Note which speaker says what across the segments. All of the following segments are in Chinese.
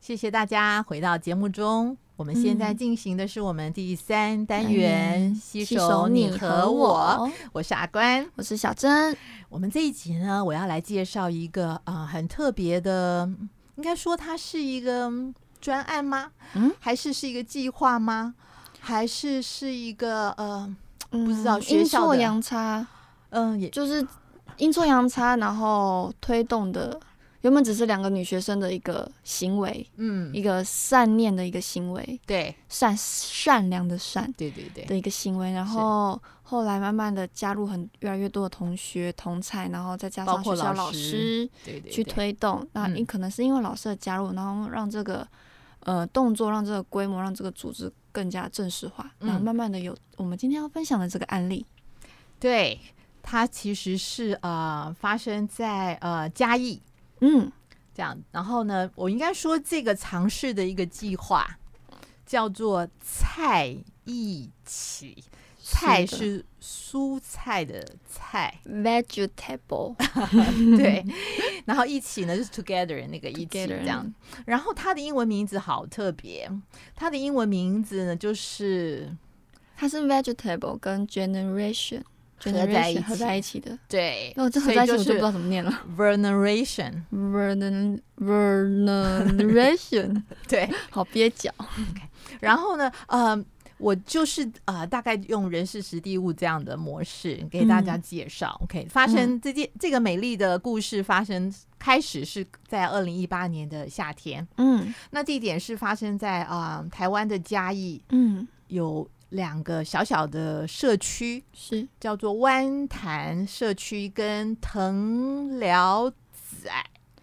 Speaker 1: 谢谢大家回到节目中。我们现在
Speaker 2: 嗯
Speaker 1: 进行的是我们第三单
Speaker 2: 单
Speaker 1: 元“
Speaker 2: 元
Speaker 1: 携
Speaker 2: 携
Speaker 1: 手
Speaker 2: 手
Speaker 1: 你
Speaker 2: 你
Speaker 1: 和
Speaker 2: 和
Speaker 1: 我
Speaker 2: 我”，
Speaker 1: 我是阿关。
Speaker 2: 我是小珍，
Speaker 1: 我们这一集呢，我要来介绍一个呃很特别的，应该说它是一个嗯专案吗？
Speaker 2: 嗯，
Speaker 1: 还是是一个计划吗？还是是一个呃
Speaker 2: 不
Speaker 1: 知道学
Speaker 2: 嗯阴
Speaker 1: 校
Speaker 2: 错
Speaker 1: 的
Speaker 2: 阳差
Speaker 1: 嗯、也
Speaker 2: 就是阴错阳差，然后推动的原本只是两个女学生的一个行为，
Speaker 1: 嗯
Speaker 2: 一个善念的一个行为，
Speaker 1: 对
Speaker 2: 善善良的善
Speaker 1: 对对对
Speaker 2: 的一个行为，然后后来慢慢的加入很越来越多的同学同才，然后再加
Speaker 1: 包
Speaker 2: 上
Speaker 1: 括
Speaker 2: 学校
Speaker 1: 老
Speaker 2: 老
Speaker 1: 师
Speaker 2: 师
Speaker 1: 对对
Speaker 2: 去
Speaker 1: 对
Speaker 2: 推动。那
Speaker 1: 嗯
Speaker 2: 你可能是因为老师的加入，然后让这个呃动作、让这个规模、让这个组织更加正式化，
Speaker 1: 嗯
Speaker 2: 然后慢慢的有我们今天要分享的这个案例。
Speaker 1: 对，它其实是呃发生在呃嘉义
Speaker 2: 嗯，
Speaker 1: 这样，然后呢，我应该说这个尝试的一个计划叫做菜一起。菜
Speaker 2: 的
Speaker 1: 是蔬菜的 菜，
Speaker 2: vegetable
Speaker 1: 对，然后一起呢就是 together 那个一起
Speaker 2: together 嗯
Speaker 1: 这样。然后它的英文名字好特别，它的英文名字呢就是
Speaker 2: 它是 vegetable 跟 generation
Speaker 1: 合在一
Speaker 2: generation
Speaker 1: 起
Speaker 2: 合在一起的。
Speaker 1: 对
Speaker 2: 那我这合
Speaker 1: 所以
Speaker 2: 在一起
Speaker 1: 就
Speaker 2: 我就是不知道怎么念了。
Speaker 1: veneration，
Speaker 2: Vernon Veneration，
Speaker 1: 对。
Speaker 2: 好蹩脚。
Speaker 1: 然后呢，呃，我就是呃，大概用人事实地物这样的模式给大
Speaker 2: 嗯
Speaker 1: 家介绍。OK，发生这件、这个美丽的故事发生开始是在二零一八年的夏天，
Speaker 2: 嗯
Speaker 1: 那地点是发生在啊、呃台湾的嘉义，
Speaker 2: 嗯，
Speaker 1: 有两个小小的社区，
Speaker 2: 是
Speaker 1: 叫做湾潭社区跟藤寮仔。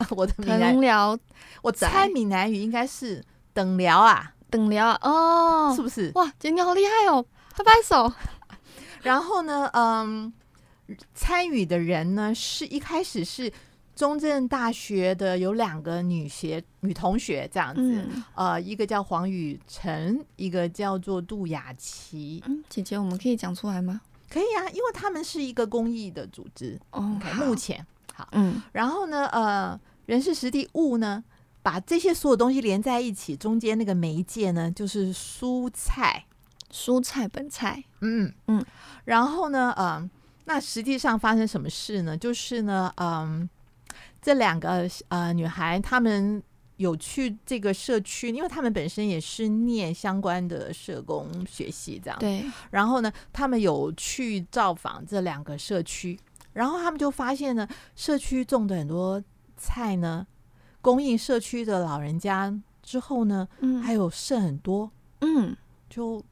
Speaker 1: 我的闽南
Speaker 2: 藤，寮
Speaker 1: 我猜闽南语应该是等寮啊，
Speaker 2: 等寮啊哦
Speaker 1: 是，不是？
Speaker 2: 哇，姐你好厉害哦，拍拍手。
Speaker 1: 然后呢，嗯，参与的人呢是一开始是中正大学的有两个女学女同学这样子，
Speaker 2: 嗯
Speaker 1: 呃，一个叫黄雨晨，一个叫做杜雅琪，
Speaker 2: 嗯，姐姐，我们可以讲出来吗？
Speaker 1: 可以啊，因为他们是一个公益的组织
Speaker 2: 哦
Speaker 1: ，OK，
Speaker 2: 好
Speaker 1: 目前好，
Speaker 2: 嗯
Speaker 1: 然后呢，呃，人事实地物呢。把这些所有东西连在一起，中间那个媒介呢，就是蔬菜。
Speaker 2: 蔬菜本菜，
Speaker 1: 嗯嗯
Speaker 2: 嗯，
Speaker 1: 然后呢，嗯，那实际上发生什么事呢？就是呢，嗯，这两个呃女孩她们有去这个社区，因为她们本身也是念相关的社工学习这样。。
Speaker 2: 对，
Speaker 1: 然后呢，她们有去造访这两个社区，然后她们就发现呢，社区种的很多菜呢，供应社区的老人家之后呢，
Speaker 2: 嗯
Speaker 1: 还有剩很多。
Speaker 2: 嗯
Speaker 1: 就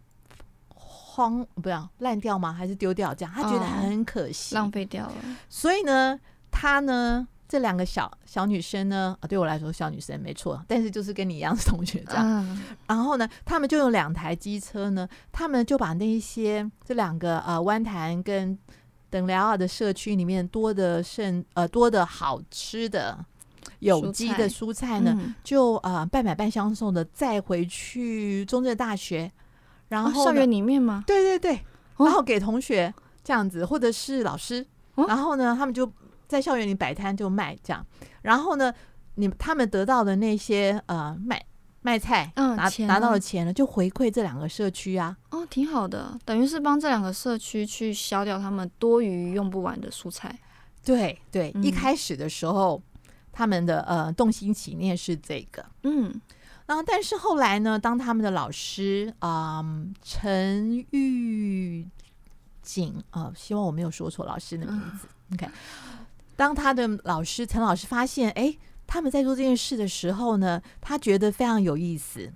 Speaker 1: 荒不要烂掉吗？还是丢掉？这样他觉得
Speaker 2: 哦
Speaker 1: 很可惜，
Speaker 2: 浪费掉了，
Speaker 1: 所以呢，他呢这两个小小女生呢，啊，对我来说小女生没错，但是就是跟你一样是同学这样。
Speaker 2: 嗯
Speaker 1: 然后呢，他们就用两台机车呢，他们就把那一些这两个呃湾潭跟等辽尔的社区里面多的剩呃多的好吃的有机的蔬菜呢，
Speaker 2: 嗯
Speaker 1: 就呃半买半相送的再回去中正大学，然
Speaker 2: 哦
Speaker 1: 后、
Speaker 2: 校园里面吗？
Speaker 1: 对对对，
Speaker 2: 哦
Speaker 1: 然后给同学这样子，或者是老师，
Speaker 2: 哦
Speaker 1: 然后呢，他们就在校园里摆摊就卖这样，然后呢，你他们得到的那些呃卖卖菜。
Speaker 2: 嗯，
Speaker 1: 拿
Speaker 2: 钱
Speaker 1: 拿到
Speaker 2: 呢
Speaker 1: 了钱了，啊就回馈这两个社区啊。
Speaker 2: 哦，挺好的，等于是帮这两个社区去消掉他们多余用不完的蔬菜。
Speaker 1: 对对，一
Speaker 2: 嗯
Speaker 1: 开始的时候，他们的呃动心起念是这个，
Speaker 2: 嗯
Speaker 1: 然后但是后来呢，当他们的老师啊、嗯陈玉景啊、呃希望我没有说错老师的名字。OK，当他的老师陈老师发现，哎，他们在做这件事的时候呢，他觉得非常有意思。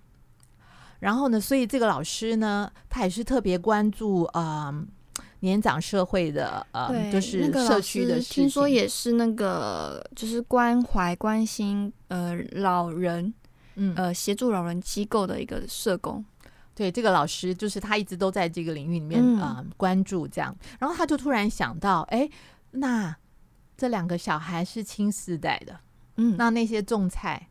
Speaker 1: 然后呢，所以这个老师呢，他也是特别关注呃年长社会的呃，
Speaker 2: 对，
Speaker 1: 就是
Speaker 2: 那个
Speaker 1: 社
Speaker 2: 老
Speaker 1: 区的
Speaker 2: 师
Speaker 1: 事情。
Speaker 2: 听说也是那个，就是关怀关心呃老人，
Speaker 1: 嗯
Speaker 2: 呃协助老人机构的一个社工。
Speaker 1: 对，这个老师就是他一直都在这个领域里面
Speaker 2: 嗯
Speaker 1: 啊、呃关注这样，然后他就突然想到，哎，那这两个小孩是亲世代的，
Speaker 2: 嗯
Speaker 1: 那那些种菜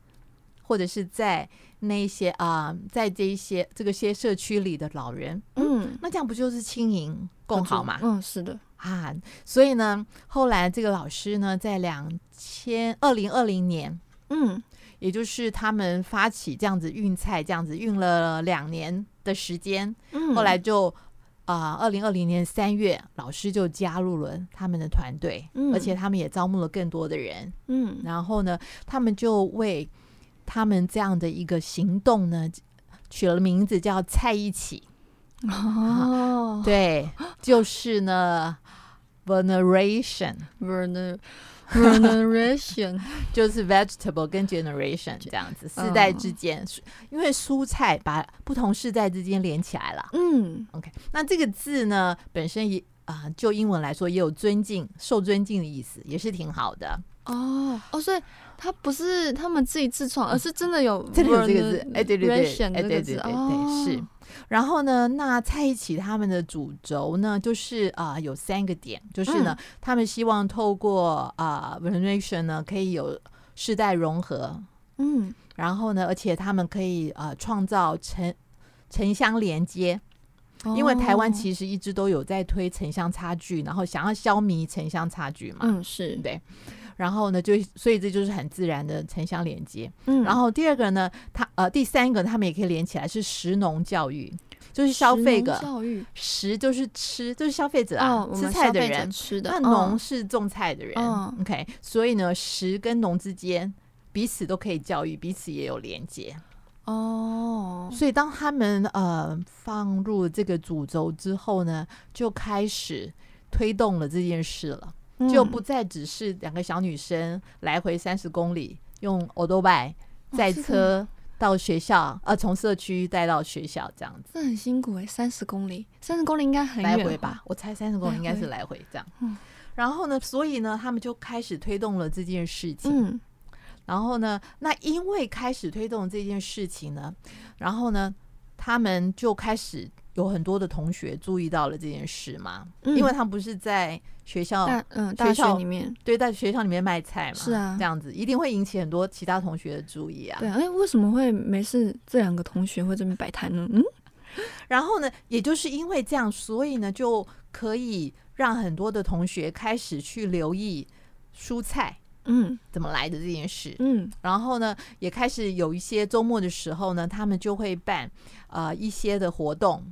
Speaker 1: 或者是在那些啊、呃在这一些这个些社区里的老人，
Speaker 2: 嗯，
Speaker 1: 那这样不就是亲盈共好嘛？
Speaker 2: 嗯，是的，
Speaker 1: 啊，所以呢，后来这个老师呢，在两千二零二零年
Speaker 2: 嗯
Speaker 1: 也就是他们发起这样子运菜，这样子运了两年的时间，
Speaker 2: 嗯
Speaker 1: 后来就啊，二零二零年三月，老师就加入了他们的团队，
Speaker 2: 嗯
Speaker 1: 而且他们也招募了更多的人，
Speaker 2: 嗯
Speaker 1: 然后呢，他们就为他们这样的一个行动呢，取了名字叫“菜一起”。
Speaker 2: 哦，
Speaker 1: 对， 就是呢，veneration
Speaker 2: ，vener veneration，
Speaker 1: 就是 vegetable 跟 generation 这样子，世
Speaker 2: 嗯
Speaker 1: 代之间，因为蔬菜把不同世代之间连起来了。
Speaker 2: 嗯
Speaker 1: OK，那这个字呢，本身也啊、就英文来说也有尊敬、受尊敬的意思，也是挺好的。
Speaker 2: 哦哦，所以它不是他们自己自创，而是真的有
Speaker 1: 这里有这个字，哎，对对对，哎，
Speaker 2: veneration
Speaker 1: 对
Speaker 2: 这
Speaker 1: 对
Speaker 2: 个
Speaker 1: 对
Speaker 2: 字，
Speaker 1: 对，是
Speaker 2: 哦。
Speaker 1: 然后呢，那在一起他们的主轴呢，就是啊、有三个点，就是呢，他们希望透过啊、veneration 呢，可以有世代融合，
Speaker 2: 嗯
Speaker 1: 然后呢，而且他们可以啊创造城城乡连接，因为台湾
Speaker 2: 哦
Speaker 1: 其实一直都有在推城乡差距，然后想要消弭城乡差距嘛，
Speaker 2: 嗯
Speaker 1: 对
Speaker 2: 是
Speaker 1: 不，对？然后呢，就所以这就是很自然的城乡连接。
Speaker 2: 嗯
Speaker 1: 然后第二个呢，它呃第三个他们也可以连起来是食农教育，就是消费
Speaker 2: 食农
Speaker 1: 个
Speaker 2: 教育
Speaker 1: 食就是吃，就是消费者啊，
Speaker 2: 哦，我
Speaker 1: 吃
Speaker 2: 们
Speaker 1: 菜
Speaker 2: 消
Speaker 1: 的
Speaker 2: 费者
Speaker 1: 人，
Speaker 2: 吃的
Speaker 1: 那
Speaker 2: 嗯
Speaker 1: 农是种菜的人、
Speaker 2: 嗯
Speaker 1: o k 所以呢，食跟农之间彼此都可以教育，彼此也有连接。
Speaker 2: 哦，
Speaker 1: 所以当他们呃放入这个主轴之后呢，就开始推动了这件事了，就
Speaker 2: 嗯
Speaker 1: 不再只是两个小女生来回三十公里用 o d o b i
Speaker 2: 哦
Speaker 1: 载
Speaker 2: 这个
Speaker 1: 车到学校，呃，从社区带到学校这样子。
Speaker 2: 这很辛苦哎，三十公里，三十公里应该很
Speaker 1: 来
Speaker 2: 远哦
Speaker 1: 回吧，我猜三十公里应该是来回这样。
Speaker 2: 嗯
Speaker 1: 然后呢，所以呢，他们就开始推动了这件事
Speaker 2: 哦。
Speaker 1: 情。
Speaker 2: 嗯
Speaker 1: 然后呢，那因为开始推动这件事情呢，然后呢，他们就开始有很多的同学注意到了这件事嘛，
Speaker 2: 嗯
Speaker 1: 因为他们不是在学校
Speaker 2: 大嗯
Speaker 1: 学
Speaker 2: 大学
Speaker 1: 校
Speaker 2: 里面，
Speaker 1: 对在学校里面卖菜嘛，
Speaker 2: 是啊
Speaker 1: 这样子一定会引起很多其他同学的注意啊。
Speaker 2: 对，哎，为什么会没事这两个同学会这边摆摊呢？嗯，
Speaker 1: 然后呢，也就是因为这样，所以呢，就可以让很多的同学开始去留意蔬菜
Speaker 2: 嗯
Speaker 1: 怎么来的这件事。
Speaker 2: 嗯
Speaker 1: 然后呢，也开始有一些周末的时候呢，他们就会办呃一些的活动，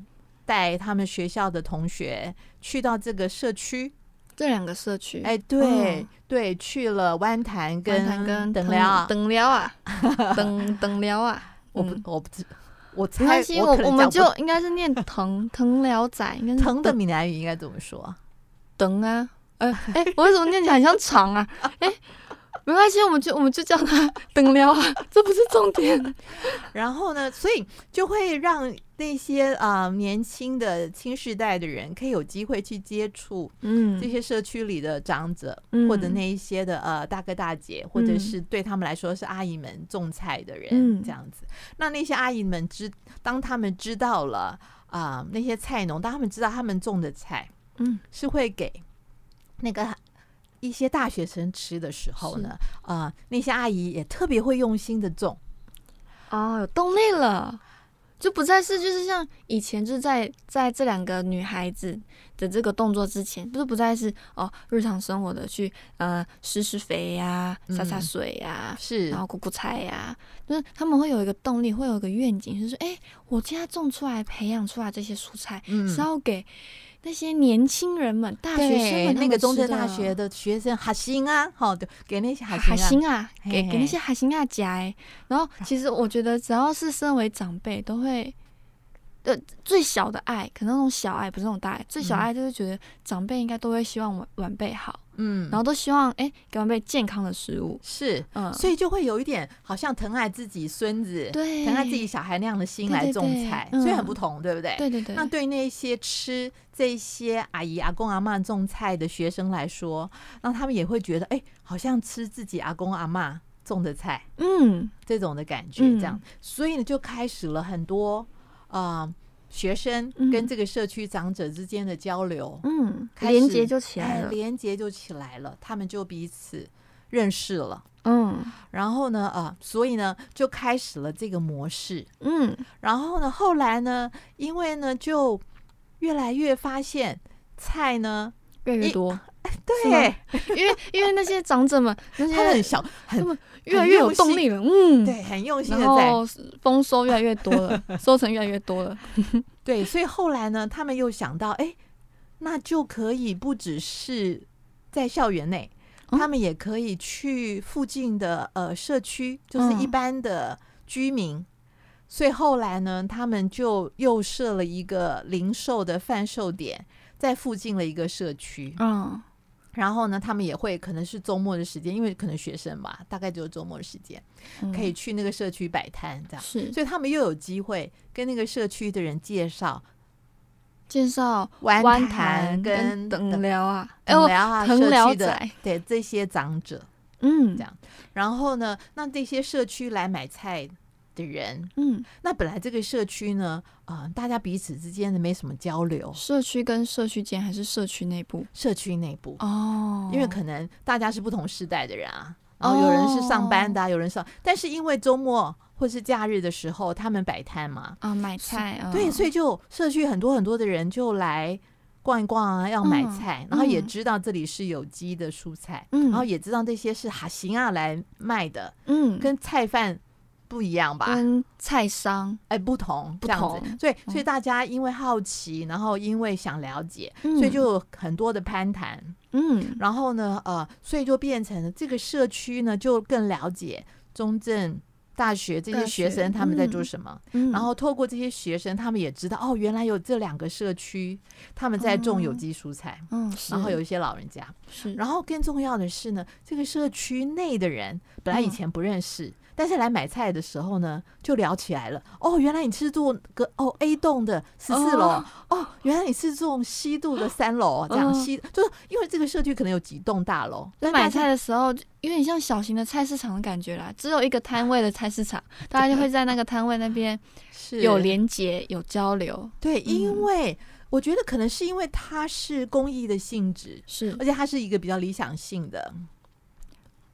Speaker 1: 带他们学校的同学去到这个社区。
Speaker 2: 这两个社区，
Speaker 1: 哎，对、
Speaker 2: 嗯
Speaker 1: 对，去了湾潭
Speaker 2: 跟
Speaker 1: 跟
Speaker 2: 跟
Speaker 1: 等聊啊，
Speaker 2: 等 聊啊，等等聊啊，
Speaker 1: 我不
Speaker 2: 嗯
Speaker 1: 我不知，我
Speaker 2: 没
Speaker 1: 猜
Speaker 2: 关系，我
Speaker 1: 可能
Speaker 2: 我
Speaker 1: 讲
Speaker 2: 们
Speaker 1: 不
Speaker 2: 就应该是念藤 藤聊仔，应该是
Speaker 1: 疼的闽南语应该怎么说？
Speaker 2: 等啊，呃，哎、我为什么念起来很像 长啊？哎、没关系，我们就我们就叫 他等聊啊，这不是重点。
Speaker 1: 然后呢，所以就会让那些啊、呃年轻的新世代的人可以有机会去接触这
Speaker 2: 嗯
Speaker 1: 些社区里的长者，
Speaker 2: 嗯
Speaker 1: 或者那一些的呃大哥大姐，或者是对他们来说是阿姨们种菜的人，
Speaker 2: 嗯
Speaker 1: 这样子。那那些阿姨们知，当他们知道了啊、呃那些菜农，当他们知道他们种的菜
Speaker 2: 嗯，
Speaker 1: 是会给那个。一些大学生吃的时候呢，啊，那些阿姨也特别会用心的种，
Speaker 2: 哦，有动力了。就不再是就是像以前，就是在在这两个女孩子的这个动作之前，就是不再是哦日常生活的去呃施施肥呀、啊洒洒
Speaker 1: 嗯
Speaker 2: 水呀、
Speaker 1: 是
Speaker 2: 然后谷谷菜呀、啊就是他们会有一个动力，会有一个愿景，就是哎、诶我现在种出来、培养出来这些蔬菜，
Speaker 1: 嗯
Speaker 2: 是要给那些年轻人们、大学生
Speaker 1: 对，
Speaker 2: 们他
Speaker 1: 那
Speaker 2: 们
Speaker 1: 个中
Speaker 2: 吃
Speaker 1: 正大
Speaker 2: 的
Speaker 1: 学的学生还行啊，好的，给那些还行
Speaker 2: 海
Speaker 1: 啊，
Speaker 2: 星啊，
Speaker 1: 嘿啊
Speaker 2: 给给那
Speaker 1: 嘿
Speaker 2: 些海星啊夹欸。然后其实我觉得，只要是身为长辈，都会，呃，最小的爱，可能那种小爱，不是那种大爱，最
Speaker 1: 嗯
Speaker 2: 小爱就是觉得长辈应该都会希望晚晚辈好，
Speaker 1: 嗯，
Speaker 2: 然后都希望哎、给晚辈健康的食物。
Speaker 1: 是，
Speaker 2: 嗯，
Speaker 1: 所以就会有一点好像疼爱自己孙子、
Speaker 2: 对，
Speaker 1: 疼爱自己，小孩那样的心
Speaker 2: 对
Speaker 1: 来
Speaker 2: 对
Speaker 1: 种
Speaker 2: 对
Speaker 1: 菜，
Speaker 2: 嗯
Speaker 1: 所以很不同，对不对？
Speaker 2: 对对对，
Speaker 1: 那对那些吃这些阿姨、阿公、阿嬷种菜的学生来说，那他们也会觉得，哎，好像吃自己阿公、阿嬷种的菜
Speaker 2: 嗯
Speaker 1: 这种的感觉，这样，所以呢，就开始了很多，呃，学生跟
Speaker 2: 嗯
Speaker 1: 这个社区长者之间的交流，
Speaker 2: 嗯，
Speaker 1: 开
Speaker 2: 连
Speaker 1: 始
Speaker 2: 接就起来
Speaker 1: 哎，
Speaker 2: 了，
Speaker 1: 连接就起来了，他们就彼此认识了。
Speaker 2: 嗯
Speaker 1: 然后呢，啊，所以呢，就开始了这个模式。
Speaker 2: 嗯
Speaker 1: 然后呢，后来呢，因为呢，就越来越发现菜呢，
Speaker 2: 越来越
Speaker 1: 一
Speaker 2: 多，
Speaker 1: 对，
Speaker 2: 因为因为那些长 者们，那
Speaker 1: 他们很
Speaker 2: 些
Speaker 1: 小，很
Speaker 2: 越来越有动力了，嗯，，
Speaker 1: 对，很用心
Speaker 2: 然
Speaker 1: 的在
Speaker 2: 后丰收越来越 多了，收成越来越多了，
Speaker 1: 对，所以后来呢，他们又想到，哎，那就可以不只是在校园内，
Speaker 2: 哦
Speaker 1: 他们也可以去附近的呃社区，就是一
Speaker 2: 嗯
Speaker 1: 般的居民。所以后来呢，他们就又设了一个零售的贩售点，在附近的一个社区。
Speaker 2: 嗯
Speaker 1: 然后呢，他们也会可能是周末的时间，因为可能学生嘛，大概只有周末的时间
Speaker 2: 嗯
Speaker 1: 可以去那个社区摆摊这样。
Speaker 2: 是
Speaker 1: 所以他们又有机会跟那个社区的人介绍
Speaker 2: 介绍
Speaker 1: 湾
Speaker 2: 湾
Speaker 1: 坛
Speaker 2: 坛
Speaker 1: 跟
Speaker 2: 等
Speaker 1: 等
Speaker 2: 聊啊，哎
Speaker 1: 等
Speaker 2: 我
Speaker 1: 聊啊
Speaker 2: 藤
Speaker 1: 社
Speaker 2: 寮
Speaker 1: 区的
Speaker 2: 仔
Speaker 1: 对这些长者。
Speaker 2: 嗯
Speaker 1: 这样然后呢，那这些社区来买菜的人，
Speaker 2: 嗯，
Speaker 1: 那本来这个社区呢，呃，大家彼此之间的没什么交流，
Speaker 2: 社区跟社区间还是社区内部
Speaker 1: 社区内部，
Speaker 2: 哦，
Speaker 1: 因为可能大家是不同世代的人啊，然后有人是上班
Speaker 2: 哦
Speaker 1: 的啊、有人上，但是因为周末或是假日的时候，他们摆摊嘛，
Speaker 2: 啊买菜啊，
Speaker 1: 对，所
Speaker 2: 以
Speaker 1: 以就社区很多很多的人就来逛一逛啊，要买
Speaker 2: 嗯
Speaker 1: 菜，然后也
Speaker 2: 嗯
Speaker 1: 知道这里是有机的蔬菜，
Speaker 2: 嗯
Speaker 1: 然后也知道这些是哈行啊来卖的，
Speaker 2: 嗯
Speaker 1: 跟菜贩不一样吧？
Speaker 2: 跟菜商，
Speaker 1: 哎，不同，
Speaker 2: 不
Speaker 1: 这样子
Speaker 2: 同，嗯
Speaker 1: 所以所以大家因为好奇，然后因为想了解，
Speaker 2: 所
Speaker 1: 所以就有很多的攀谈，
Speaker 2: 嗯
Speaker 1: 然后呢，呃，所以就变成了这个社区呢就更了解中正大学这些
Speaker 2: 大
Speaker 1: 学
Speaker 2: 学
Speaker 1: 生他们在做
Speaker 2: 嗯
Speaker 1: 什么，
Speaker 2: 嗯，
Speaker 1: 然后透过这些学生，他们也知道哦，原来有这两个社区他们在种有
Speaker 2: 哦
Speaker 1: 机蔬菜，
Speaker 2: 嗯，
Speaker 1: 然后
Speaker 2: 是
Speaker 1: 有一些老人家，
Speaker 2: 是
Speaker 1: 然后更重要的是呢，这个社区内的人本来以
Speaker 2: 嗯
Speaker 1: 前不认识，但是来买菜的时候呢，就聊起来了。哦，原来你是住个哦 A 栋的十四楼，哦
Speaker 2: 哦
Speaker 1: 原来你是住西栋的三 楼，这样、
Speaker 2: 嗯
Speaker 1: 西就是因为这个社区可能有几栋大楼，
Speaker 2: 在
Speaker 1: 但
Speaker 2: 买
Speaker 1: 大家
Speaker 2: 菜的时候，就有点像小型的菜市场的感觉啦，只有一个摊位的菜市 场，大家就会在那个摊位那边
Speaker 1: 是
Speaker 2: 有连结、有交流，
Speaker 1: 对，因
Speaker 2: 嗯
Speaker 1: 为我觉得可能是因为它是公益的性质，
Speaker 2: 是
Speaker 1: 而。且它是一个比较理想性的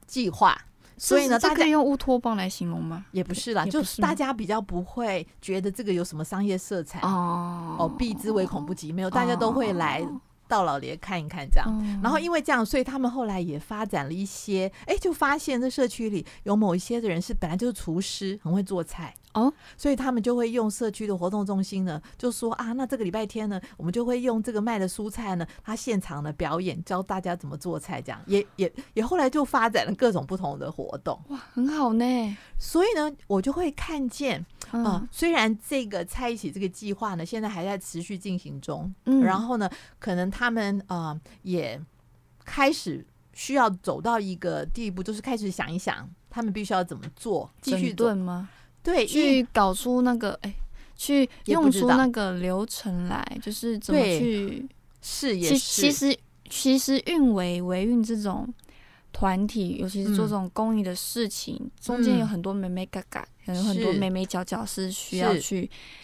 Speaker 1: 计划，所
Speaker 2: 所
Speaker 1: 以
Speaker 2: 以
Speaker 1: 呢
Speaker 2: 呢，
Speaker 1: 大
Speaker 2: 这
Speaker 1: 家
Speaker 2: 可以用乌托邦来形容吗？
Speaker 1: 也不是啦，
Speaker 2: 也
Speaker 1: 就
Speaker 2: 不
Speaker 1: 是
Speaker 2: 是
Speaker 1: 大
Speaker 2: 吗
Speaker 1: 家比较不会觉得这个有什么商业色彩。
Speaker 2: 哦
Speaker 1: 哦，避之唯恐不及，没有，大家都会来
Speaker 2: 哦
Speaker 1: 到老爷看一看这样。
Speaker 2: 哦
Speaker 1: 然后因为这样，所以他们后来也发展了一些，哎，就发现这社区里有某一些的人是本来就是厨师，很会做菜
Speaker 2: 哦，
Speaker 1: 所以他们就会用社区的活动中心呢，就说啊，那这个礼拜天呢，我们就会用这个卖的蔬菜呢，他现场的表演教大家怎么做菜，这样也也也后来就发展了各种不同的活动。
Speaker 2: 哇，很好呢，
Speaker 1: 所以呢，我就会看见啊、
Speaker 2: 嗯
Speaker 1: 虽然这个在一起这个计划呢，现在还在持续进行中，
Speaker 2: 嗯
Speaker 1: 然后呢，可能他们呃也开始需要走到一个地步，就是开始想一想，他们必须要怎么做，继续
Speaker 2: 整
Speaker 1: 做
Speaker 2: 顿吗？
Speaker 1: 对，因为
Speaker 2: 去搞出那个哎，去
Speaker 1: 也不
Speaker 2: 用
Speaker 1: 知
Speaker 2: 出
Speaker 1: 道
Speaker 2: 那个流程来，就是怎么
Speaker 1: 对
Speaker 2: 去
Speaker 1: 是也
Speaker 2: 其其
Speaker 1: 是
Speaker 2: 实其实运维维运这种团体，尤其是做
Speaker 1: 嗯
Speaker 2: 这种公益的事情，中间有
Speaker 1: 嗯
Speaker 2: 很多美美嘎嘎，可能有很多
Speaker 1: 是
Speaker 2: 美美角角是需要
Speaker 1: 是
Speaker 2: 去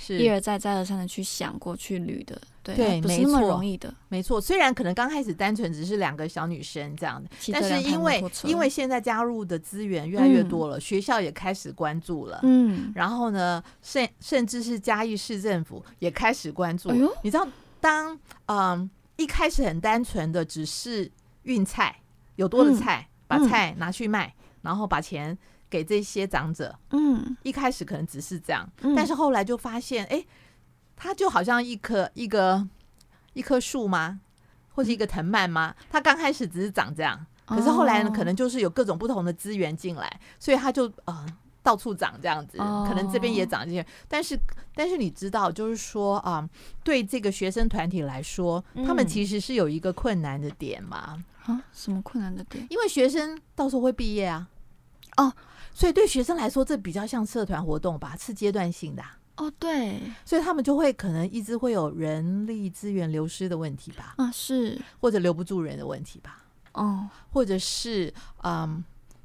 Speaker 2: 一
Speaker 1: 是
Speaker 2: 而再再而三的去想过去捋的，对，
Speaker 1: 对
Speaker 2: 不是
Speaker 1: 没
Speaker 2: 那么
Speaker 1: 错
Speaker 2: 容易的。
Speaker 1: 没错。虽然可能刚开始单纯只是两个小女生这样的，
Speaker 2: 骑
Speaker 1: 但
Speaker 2: 着
Speaker 1: 是
Speaker 2: 两台
Speaker 1: 因
Speaker 2: 摩
Speaker 1: 为
Speaker 2: 托车
Speaker 1: 因为现在加入的资源越来越
Speaker 2: 嗯
Speaker 1: 多了，学校也开始关注了，
Speaker 2: 嗯，
Speaker 1: 然后呢，甚甚至是嘉义市政府也开始关注。
Speaker 2: 哎呦
Speaker 1: 你知道，当嗯、一开始很单纯的只是运菜，有多的
Speaker 2: 嗯
Speaker 1: 菜、把
Speaker 2: 嗯
Speaker 1: 菜拿去卖，然后把钱给这些长者，
Speaker 2: 嗯，
Speaker 1: 一开始可能只是这样，
Speaker 2: 嗯
Speaker 1: 但是后来就发现，哎，它就好像一棵一个一棵树吗？或是
Speaker 2: 嗯
Speaker 1: 一个藤蔓吗？它刚开始只是长这样，可是后来呢，
Speaker 2: 哦
Speaker 1: 可能就是有各种不同的资源进来，所以它就呃到处长这样子，
Speaker 2: 哦
Speaker 1: 可能这边也长这些。但是但是你知道，就是说啊、对这个学生团体来说，他们
Speaker 2: 嗯
Speaker 1: 其实是有一个困难的点嘛，
Speaker 2: 啊，什么困难的点？
Speaker 1: 因为学生到时候会毕业啊，
Speaker 2: 哦，
Speaker 1: 所以对学生来说，这比较像社团活动吧，是阶段性的啊、
Speaker 2: 哦，对
Speaker 1: 所以他们就会可能一直会有人力资源流失的问题吧，
Speaker 2: 啊，是
Speaker 1: 或者留不住人的问题吧，
Speaker 2: 哦，
Speaker 1: 或者是嗯，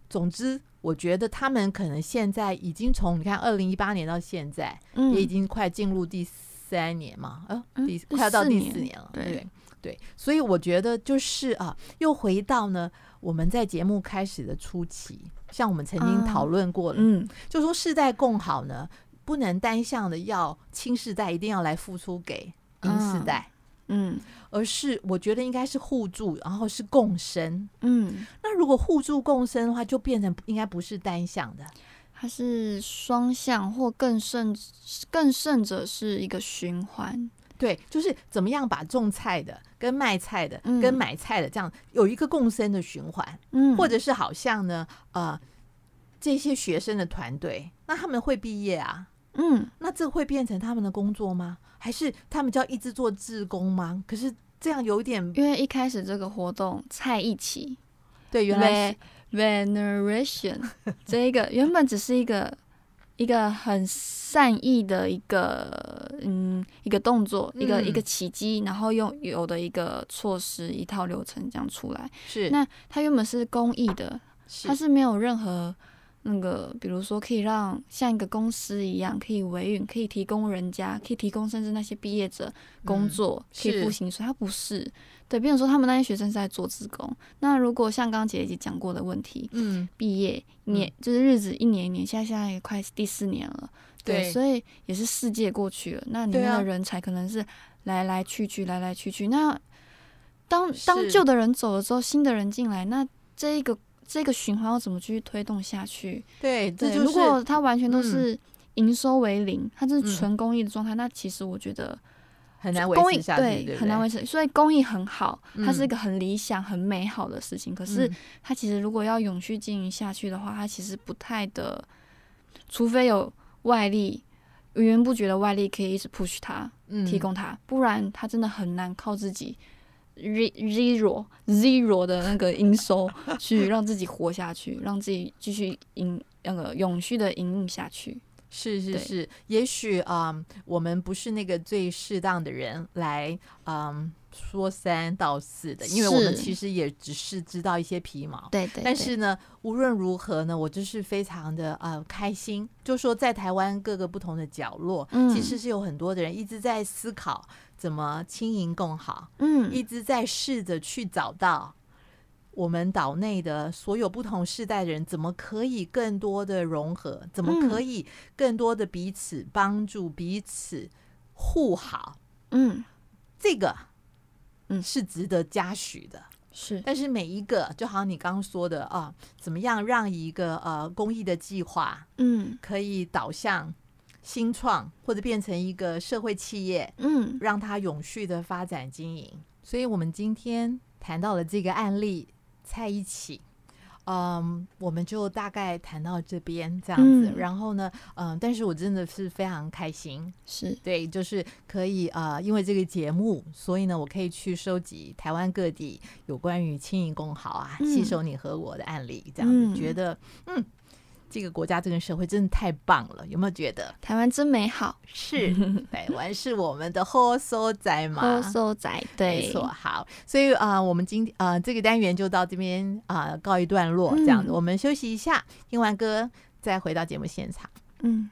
Speaker 1: 总之，我觉得他们可能现在已经从你看二零一八年到现在，
Speaker 2: 嗯，
Speaker 1: 也已经快进入第三年嘛，呃，
Speaker 2: 嗯
Speaker 1: 第、
Speaker 2: 第
Speaker 1: 快要到
Speaker 2: 四
Speaker 1: 第
Speaker 2: 年
Speaker 1: 四年了，
Speaker 2: 对
Speaker 1: 对对，所以我觉得就是啊，又回到呢我们在节目开始的初期，像我们曾经
Speaker 2: 啊
Speaker 1: 讨论过的，
Speaker 2: 嗯，
Speaker 1: 就说世代共好呢，不能单向的要亲世代一定要来付出给银世代，
Speaker 2: 嗯
Speaker 1: 而是我觉得应该是互助，然后是共生。
Speaker 2: 嗯，
Speaker 1: 那如果互助共生的话，就变成应该不是单向的，
Speaker 2: 它是双向或更甚更甚者是一个循环。
Speaker 1: 对，就是怎么样把种菜的、跟卖菜的、
Speaker 2: 嗯
Speaker 1: 跟买菜的这样有一个共生的循环，
Speaker 2: 嗯，
Speaker 1: 或者是好像呢，呃，这些学生的团队，那他们会毕业啊，
Speaker 2: 嗯
Speaker 1: 那这会变成他们的工作吗？还是他们就要一直做志工吗？可是这样有一点
Speaker 2: 因为一开始这个活动菜一起
Speaker 1: 对，原来是
Speaker 2: veneration 这一个原本只是一个一个很善意的一个嗯一个动作，一个、
Speaker 1: 嗯
Speaker 2: 一个奇迹，然后用有的一个措施一套流程这样出来。
Speaker 1: 是
Speaker 2: 那它原本是公益的，它
Speaker 1: 是
Speaker 2: 是没有任何那个，比如说可以让像一个公司一样，可以维运，可以提供人家，可以提供甚至那些毕业者工
Speaker 1: 嗯
Speaker 2: 作，可以付
Speaker 1: 是
Speaker 2: 薪水。它不是，对，比如说他们那些学生是在做职工。那如果像刚刚姐姐已经讲过的问题，
Speaker 1: 嗯，
Speaker 2: 毕业年、就是日子一年一年，现在现在也快第四年了，
Speaker 1: 对
Speaker 2: 所以也是世界过去了，那里
Speaker 1: 对
Speaker 2: 面
Speaker 1: 啊
Speaker 2: 的人才可能是来来去去，来来去去。那当当
Speaker 1: 是
Speaker 2: 旧的人走了之后，新的人进来，那这一个这个循环要怎么继续推动下去？
Speaker 1: 对，这
Speaker 2: 对，
Speaker 1: 就是
Speaker 2: 如果它完全都
Speaker 1: 嗯
Speaker 2: 是营收为零，它就
Speaker 1: 嗯
Speaker 2: 是纯公益的状态，那其实我觉得
Speaker 1: 很难维
Speaker 2: 公益
Speaker 1: 持下去，对不对，
Speaker 2: 很难维持。所以公益很好，它是一
Speaker 1: 嗯
Speaker 2: 个很理想、很美好的事情，可是。
Speaker 1: 嗯
Speaker 2: 它其实如果要永续经营下去的话，它其实不太的，除非有外力，源源不绝的外力可以一直 push 它，
Speaker 1: 嗯
Speaker 2: 提供它，不然它真的很难靠自己 re- zero zero 的那个营 收去让自己活下去，让自己继续营那个永续的营运下去。
Speaker 1: 是是
Speaker 2: 对
Speaker 1: 是，也许啊、嗯我们不是那个最适当的人来嗯说三道四的，因为我们
Speaker 2: 是
Speaker 1: 其实也只是知道一些皮毛。
Speaker 2: 对对
Speaker 1: 但是呢，无论如何呢，我就是非常的呃开心，就说在台湾各个不同的角落，
Speaker 2: 嗯
Speaker 1: 其实是有很多的人一直在思考怎么轻盈共好，
Speaker 2: 嗯
Speaker 1: 一直在试着去找到我们岛内的所有不同世代的人，怎么可以更多的融合，怎么
Speaker 2: 嗯
Speaker 1: 可以更多的彼此帮助、彼此互好，
Speaker 2: 嗯
Speaker 1: 这个
Speaker 2: 嗯
Speaker 1: 是值得嘉许的。
Speaker 2: 是
Speaker 1: 但是每一个，就好像你刚刚说的啊，怎么样让一个呃公益的计划
Speaker 2: 嗯
Speaker 1: 可以导向新创，或者变成一个社会企业，
Speaker 2: 嗯
Speaker 1: 让它永续的发展经营。所以我们今天谈到了这个案例在一起，嗯，我们就大概谈到这边这样子。
Speaker 2: 嗯
Speaker 1: 然后呢，嗯，但是我真的是非常开心，
Speaker 2: 是
Speaker 1: 对，就是可以呃，因为这个节目，所以呢，我可以去收集台湾各地有关于轻盈共好啊、
Speaker 2: 嗯
Speaker 1: 携手你和我的案例，这样子、
Speaker 2: 嗯
Speaker 1: 觉得嗯。这个国家这个社会真的太棒了，有没有觉得？
Speaker 2: 台湾真美好，
Speaker 1: 是台湾是我们的后所在嘛？
Speaker 2: 欧洲仔对，
Speaker 1: 没错，好，所以啊、呃我们今啊、呃、这个单元就到这边啊、呃告一段落，这样子，
Speaker 2: 嗯
Speaker 1: 我们休息一下，听完歌再回到节目现场。
Speaker 2: 嗯。